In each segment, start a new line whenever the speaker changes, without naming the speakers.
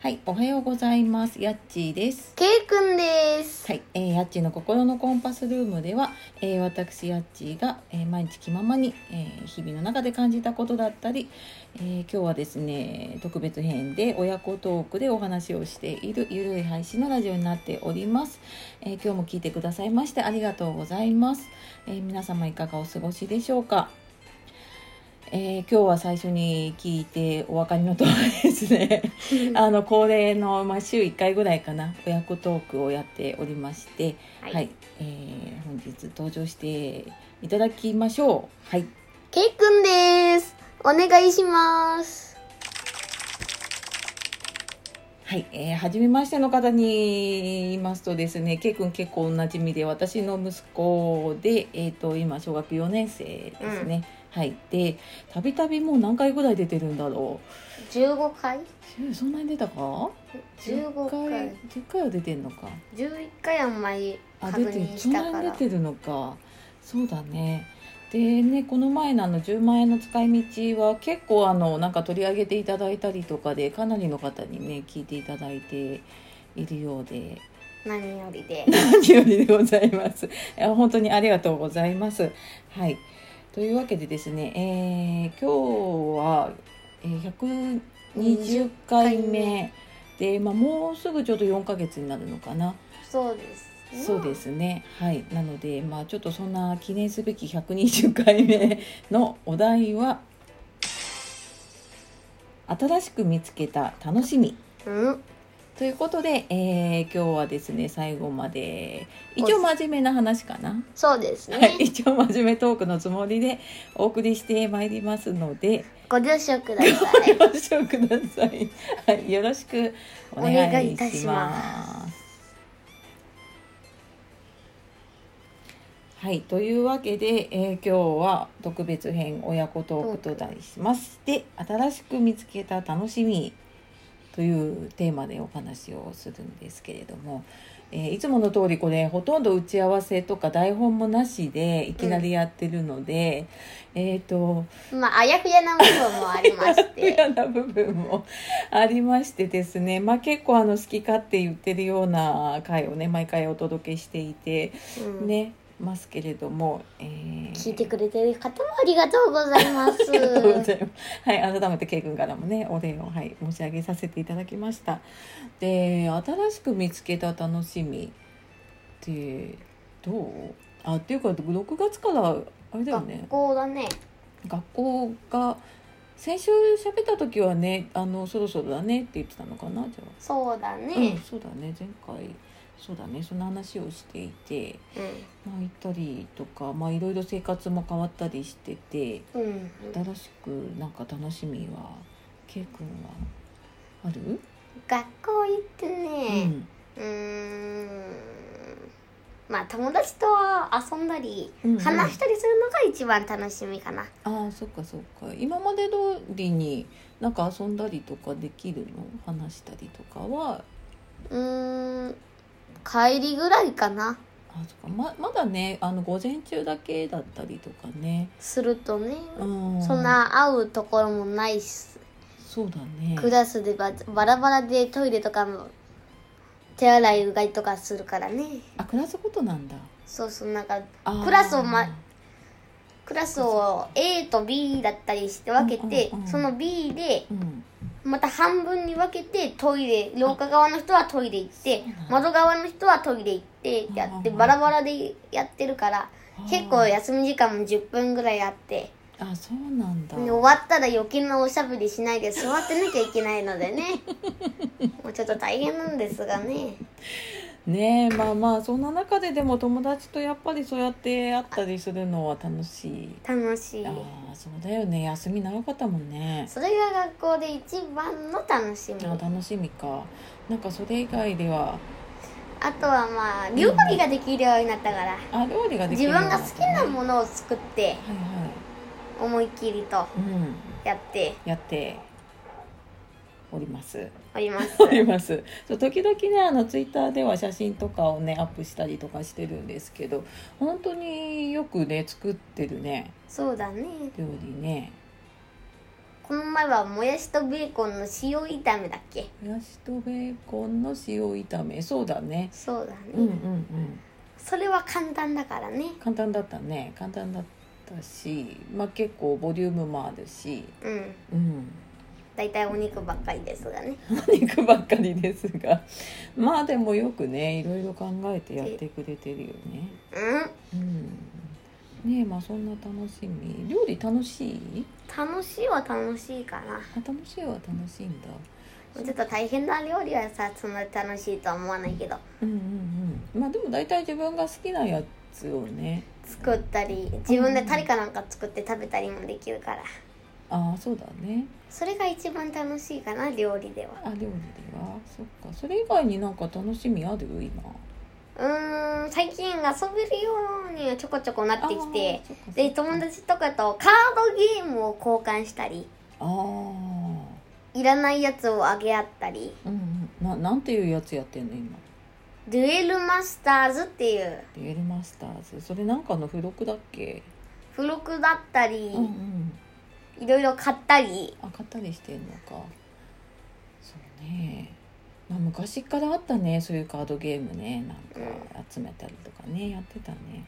はい、おはようございます。やっちーです。
ケイくんです。
はい、えー、やっちーの心のコンパスルームでは、えー、私やっちーが、えー、毎日気ままに、えー、日々の中で感じたことだったり、えー、今日はですね、特別編で親子トークでお話をしているゆるい配信のラジオになっております。えー、今日も聞いてくださいましてありがとうございます。えー、皆様いかがお過ごしでしょうか。えー、今日は最初に聞いてお分かりの通りですね。 あの恒例の、まあ、週1回ぐらいかな親子トークをやっておりまして、は
はいい
えー本日登場していただきましょう。はい、
ケイくんです。お願いします。
はいえー、初めましての方に言いますとですね K 君結構おなじみで私の息子で、えー、と今小学4年生ですね。はい、でたびたびもう何回ぐらい出てるんだろ
15回
うそんなに出たか
?15
回
回。
10回は出てんのか
11回あんまり
あ
確
出て
認
そ
し
ん
た
な
か
に
ら。
出てるのかそうだねでねこの前のあの10万円の使い道は結構あのなんか取り上げていただいたりとかでかなりの方にね聞いていただいているようで
何よりで。
何よりでございますいや本当にありがとうございますはいというわけでですね、えー今日はえー120回目で、まあ、もうすぐちょうど4ヶ月になるのかな
そうです、
そうで。すね。はい。なので、まあちょっとそんな記念すべき120回目のお題は、新しく見つけた楽しみ。
うん。
ということで、えー今日はですね、最後まで、一応真面目な話かな。
そうですね。
はい。一応真面目トークのつもりでお送りしてまいりますので、
ご了承くだ さい。
ご視聴ください。はい。よろしくお
お
願
願
いし
いい
ま
た
す。
しま
はい、というわけで、えー今日は特別編親子トークと題しまして新しく見つけた楽しみというテーマでお話をするんですけれども、えーいつもの通りこれほとんど打ち合わせとか台本もなしでいきなりやってるので、えっ、と
まあ、あやふやな部分もありまし
不
て。
安な部分もありましてですね、まあ、結構あの好き勝手言ってるような回をね毎回お届けしていて、
うん
ねますけれども、えー
聞いてくれてる方もありがとうございます。
ありがとうございます。はい、改めて K 君からもね、お礼を、はい、申し上げさせていただきました。で、新しく見つけた楽しみってどうあ、っていうか6月からあれだよね
学、校だね。
学校が先週喋った時はね、あのそろそろだねって言ってたのかな、じゃ
そうだ
あ。うん、
ね。
そうだね、前回そうだね、その話をしていて、まあ行ったりとか、まあいろいろ生活も変わったりしてて。
うん。うん。
新しくなんか楽しみは K 君はある、
学校行ってね。
うん
うーんまあ友達と遊んだり
うんうん
話したりするのが一番楽しみかな、
ああそっかそっか今まで通りになんか遊んだりとかできるの話したりとかは
うーん帰りぐらいかな
あそっかままだねあの午前中だけだったりとかね、
するとね、
うん、
そんな会うところもないし、
そうだね
クラスでババラバラでトイレとかも手洗いうがいとかするからね
あ暮らすことなんだ
そうそうなんか
あー
クラスをまクラスを A と B だったりして分けて、
うんうんうん
その B で
うん
また半分に分けてトイレ廊下側の人はトイレ行って
そうなんだ
窓側の人はトイレ行ってってやって
うんうんうん
バラバラでやってるから
あー
結構休み時間も10分ぐらいあって
あそうなんだ
で終わったら余計なおしゃべりしないで座ってなきゃいけないので ねもうちょっと大変なんですがね
ねえまあまあそんな中ででも友達とやっぱりそうやって会ったりするのは楽しい
楽しい
ああそうだよね休み長かったもんね
それが学校で一番の楽しみ
あ楽しみかなんかそれ以外では
あとはまあ料理ができるようになったから
あ料理ができ
自
る
分が好きな
の
ものを作って
はいは
思いっきりと
いうん
やって
やっております
おります
おりますそう時々ねあのツイッターでは写真とかをねアップしたりとかしてるんですけど本当によくね作ってるね
そうだね
料理ね
この前はもやしとベーコンの塩炒めだっけ
もやしとベーコンの塩炒めそうだね
そうだね、
うんうんうん
それは簡単だからね
簡単だったね簡単だったしまあ結構ボリュームもあるし
うん
うん
大体お肉ばっかりですがね
肉ばっかりですがまあでもよくねいろいろ考えてやってくれてるよね
う
うんねえまあそんな楽しみ料理楽しい
ん楽しいは楽しいかな
あ楽しいは楽しいんだ
ちょっと大変な料理はさそんな楽しいとは思わないけど
うんうんうんまあでも大体自分が好きなやつをね
作ったり自分でタレかなんか作って食べたりもできるから
ああそうだね
それが一番楽しいかな料理では
あ料理ではそっかそれ以外になんか楽しみある今
うーん最近遊べるようにはちょこちょこなってきて
あーそっかそっか
で友達とかとカードゲームを交換したり
ああ
いらないやつをあげ合ったり
うんうんななんていうやつやってんの今
デュエルマスターズっていう
デュエルマスターズそれなんかの付録だっけ
付録だったり、
うんうん
いろいろ買ったり
あ買ったりしてんのかそうねまあ昔からあったねそういうカードゲームねなんか集めたりとかねやってたね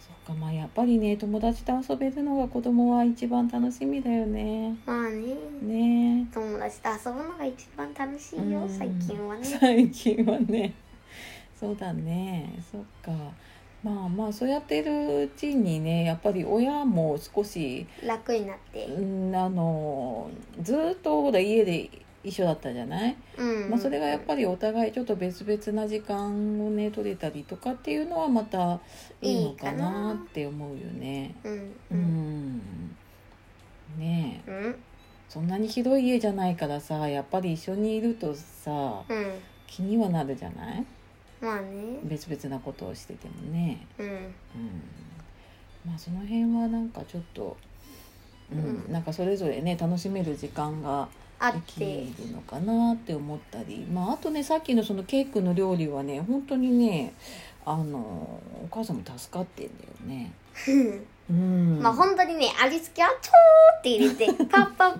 そっかまあやっぱりね友達と遊べるのが子供は一番楽しみだよね
まあね
ね
友達と遊ぶのが一番楽しいよ
うん
最近はね
最近はねそうだねそっかまあまあそうやってるうちにねやっぱり親も少し
楽になって
うんあのずーっとほら家で一緒だったじゃない、
うん、
まあ、それがやっぱりお互いちょっと別々な時間をね取れたりとかっていうのはまたいいのかなって思うよね。
うん
う
うん
んねえ
うん
そんなにひどい家じゃないからさやっぱり一緒にいるとさ
うん
気にはなるじゃない
まあね
別々なことをしててもね。
うん
うんまあその辺はなんかちょっと、うん
うん
なんかそれぞれね楽しめる時間が
あっ
でき
て
るのかなって思ったり、まあ、あとねさっきのそのケイ君の料理はね本当にねあのお母さんも助かってんだよね。うん、
まあ本当にね味付けはちょーって 入れてパッパッパッパー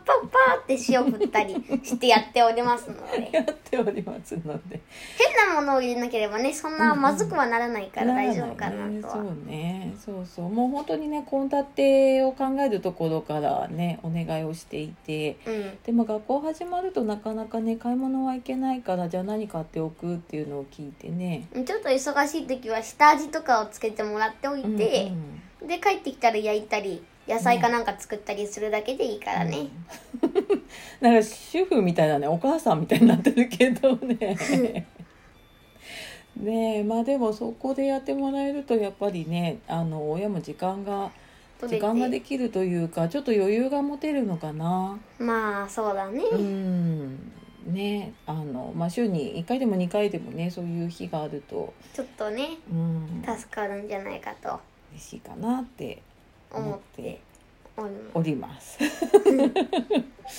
って塩振ったりしてやっておりますので
やっておりますので
変なものを入れなければねそんなまずくはならないから
なら
大
ない
丈夫かなとは、
ね、そうねそうそうもう本当にね献立を考えるところからねお願いをしていて、
うん
でも学校始まるとなかなかね買い物はいけないからじゃあ何買っておくっていうのを聞いてね。
ちょっと忙しい時は下味とかをつけてもらっておいて、で帰ってきたら焼いたり野菜かなんか作ったりするだけでいいからね、
うん、なんか主婦みたいなねお母さんみたいになってるけどね。ねえまあでもそこでやってもらえるとやっぱりねあの親も時間が
取れ
時
て
間ができるというかちょっと余裕が持てるのかな。
まあそうだね、
うんねあのまあ週に1回でも2回でもねそういう日があると、
ちょっとね
うん、
助かるんじゃないかと
嬉しいかなって
思
思
っ
ってて
おります
おりま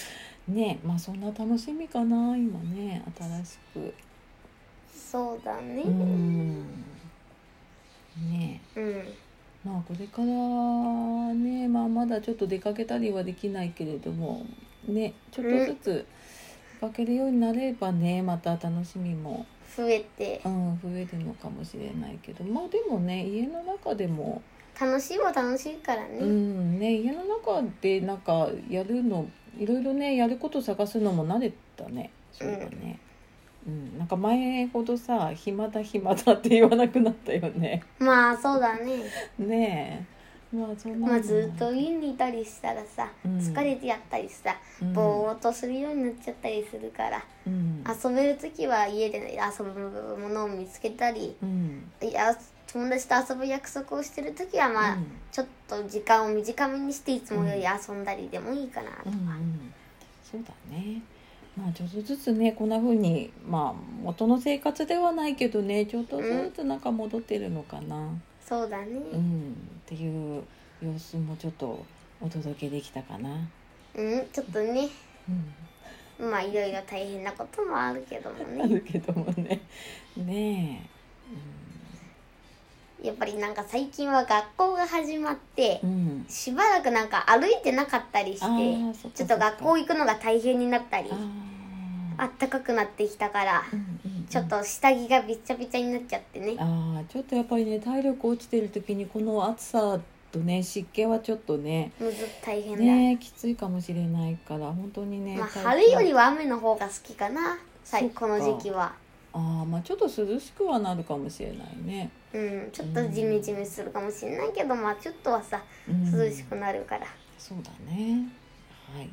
す。ねえまあそんな楽しみかな今ね新しく。
そうだね
うーんねえ
うん
まあこれからね、まあ、まだちょっと出かけたりはできないけれどもねちょっとずつ出かけるようになればねまた楽しみも、
増えて
うん、増えるのかもしれないけどまあでもね家の中でも
楽しいは楽しいからね、
うんね家の中でなんかやるのいろいろねやること探すのも慣れたねそうだね、うん、なんか前ほどさ「暇だ暇だ」 って言わなくなったよね
まあそうだね
ねえまあそんなの
まあずっと家にいたりしたらさ、
うん
疲れてやったりさ
うん
ぼーっとするようになっちゃったりするから、
うん
遊べる時は家で遊ぶものを見つけたり
うん
いや友達と遊ぶ約束をしてる時はまあ、
うん
ちょっと時間を短めにしていつもより遊んだりでもいいかな
うんうんそうだねまあちょっとずつねこんな風にまあ元の生活ではないけどねちょっとずつなんか戻ってるのかな、
そうだね
うん、っていう様子もちょっとお届けできたかな。
うん、ちょっとね
うん、
まあいろいろ大変なこともあるけども
あ
ね
るけどもね。ねえ。
やっぱりなんか最近は学校が始まって、
うん
しばらくなんか歩いてなかったりして
あーそっか
ちょっと学校行くのが大変になったり
あー
あったかくなってきたから、
うんうんうん
ちょっと下着がびっちゃびちゃになっちゃってね
あーちょっとやっぱりね体力落ちてる時にこの暑さとね湿気はちょっとね
むず大変だ、
ねきついかもしれないから本当にね、
まあ、
体調
春よりは雨の方が好きかなさい
そっか
この時期は
あーまあちょっと涼しくはなるかもしれないね、
うんちょっとジメジメするかもしれないけどまあちょっとはさ
うん
涼しくなるから、
そうだねはい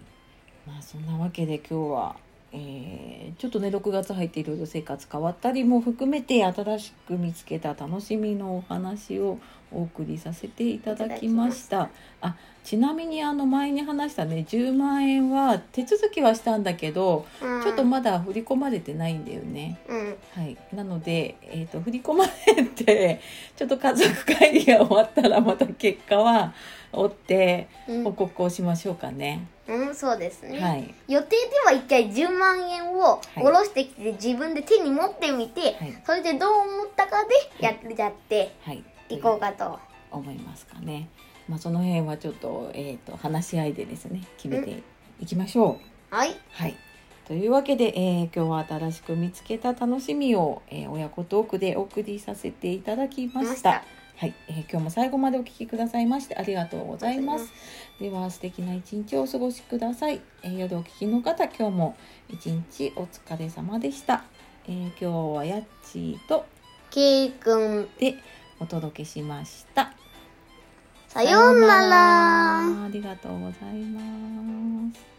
まあそんなわけで今日は、えーちょっとね6月入っていろいろ生活変わったりも含めて新しく見つけた楽しみのお話をお送りさせていただきましたあちなみにあの前に話したね10万円は手続きはしたんだけど、
うん、
ちょっとまだ振り込まれてないんだよね
うん
はい、なので、えー、と振り込まれてちょっと家族会議が終わったらまた結果は追って
うん
報告をしましょうかね。
うん、そうですね、
はい、
予定では一回10万円を下ろしてきて自分で手に持ってみて、
はい
それでどう思ったかでやっやって
はい、
いこうかと
と思いますかね。まあ、その辺はちょっと,、えー、と話し合いでですね決めていきましょう。
はい
はい、というわけで、えー今日は新しく見つけた楽しみを、えー親子トークでお送りさせていただきました。
ました
はい、えー今日も最後までお聞きくださいましてありがとうございます。では素敵な一日をお過ごしください。えー夜お聞きの方、今日も一日お疲れ様でした。えー今日はやっちーと
ケイ君
でお届けしました。
さようなら
さようならありがとうございます。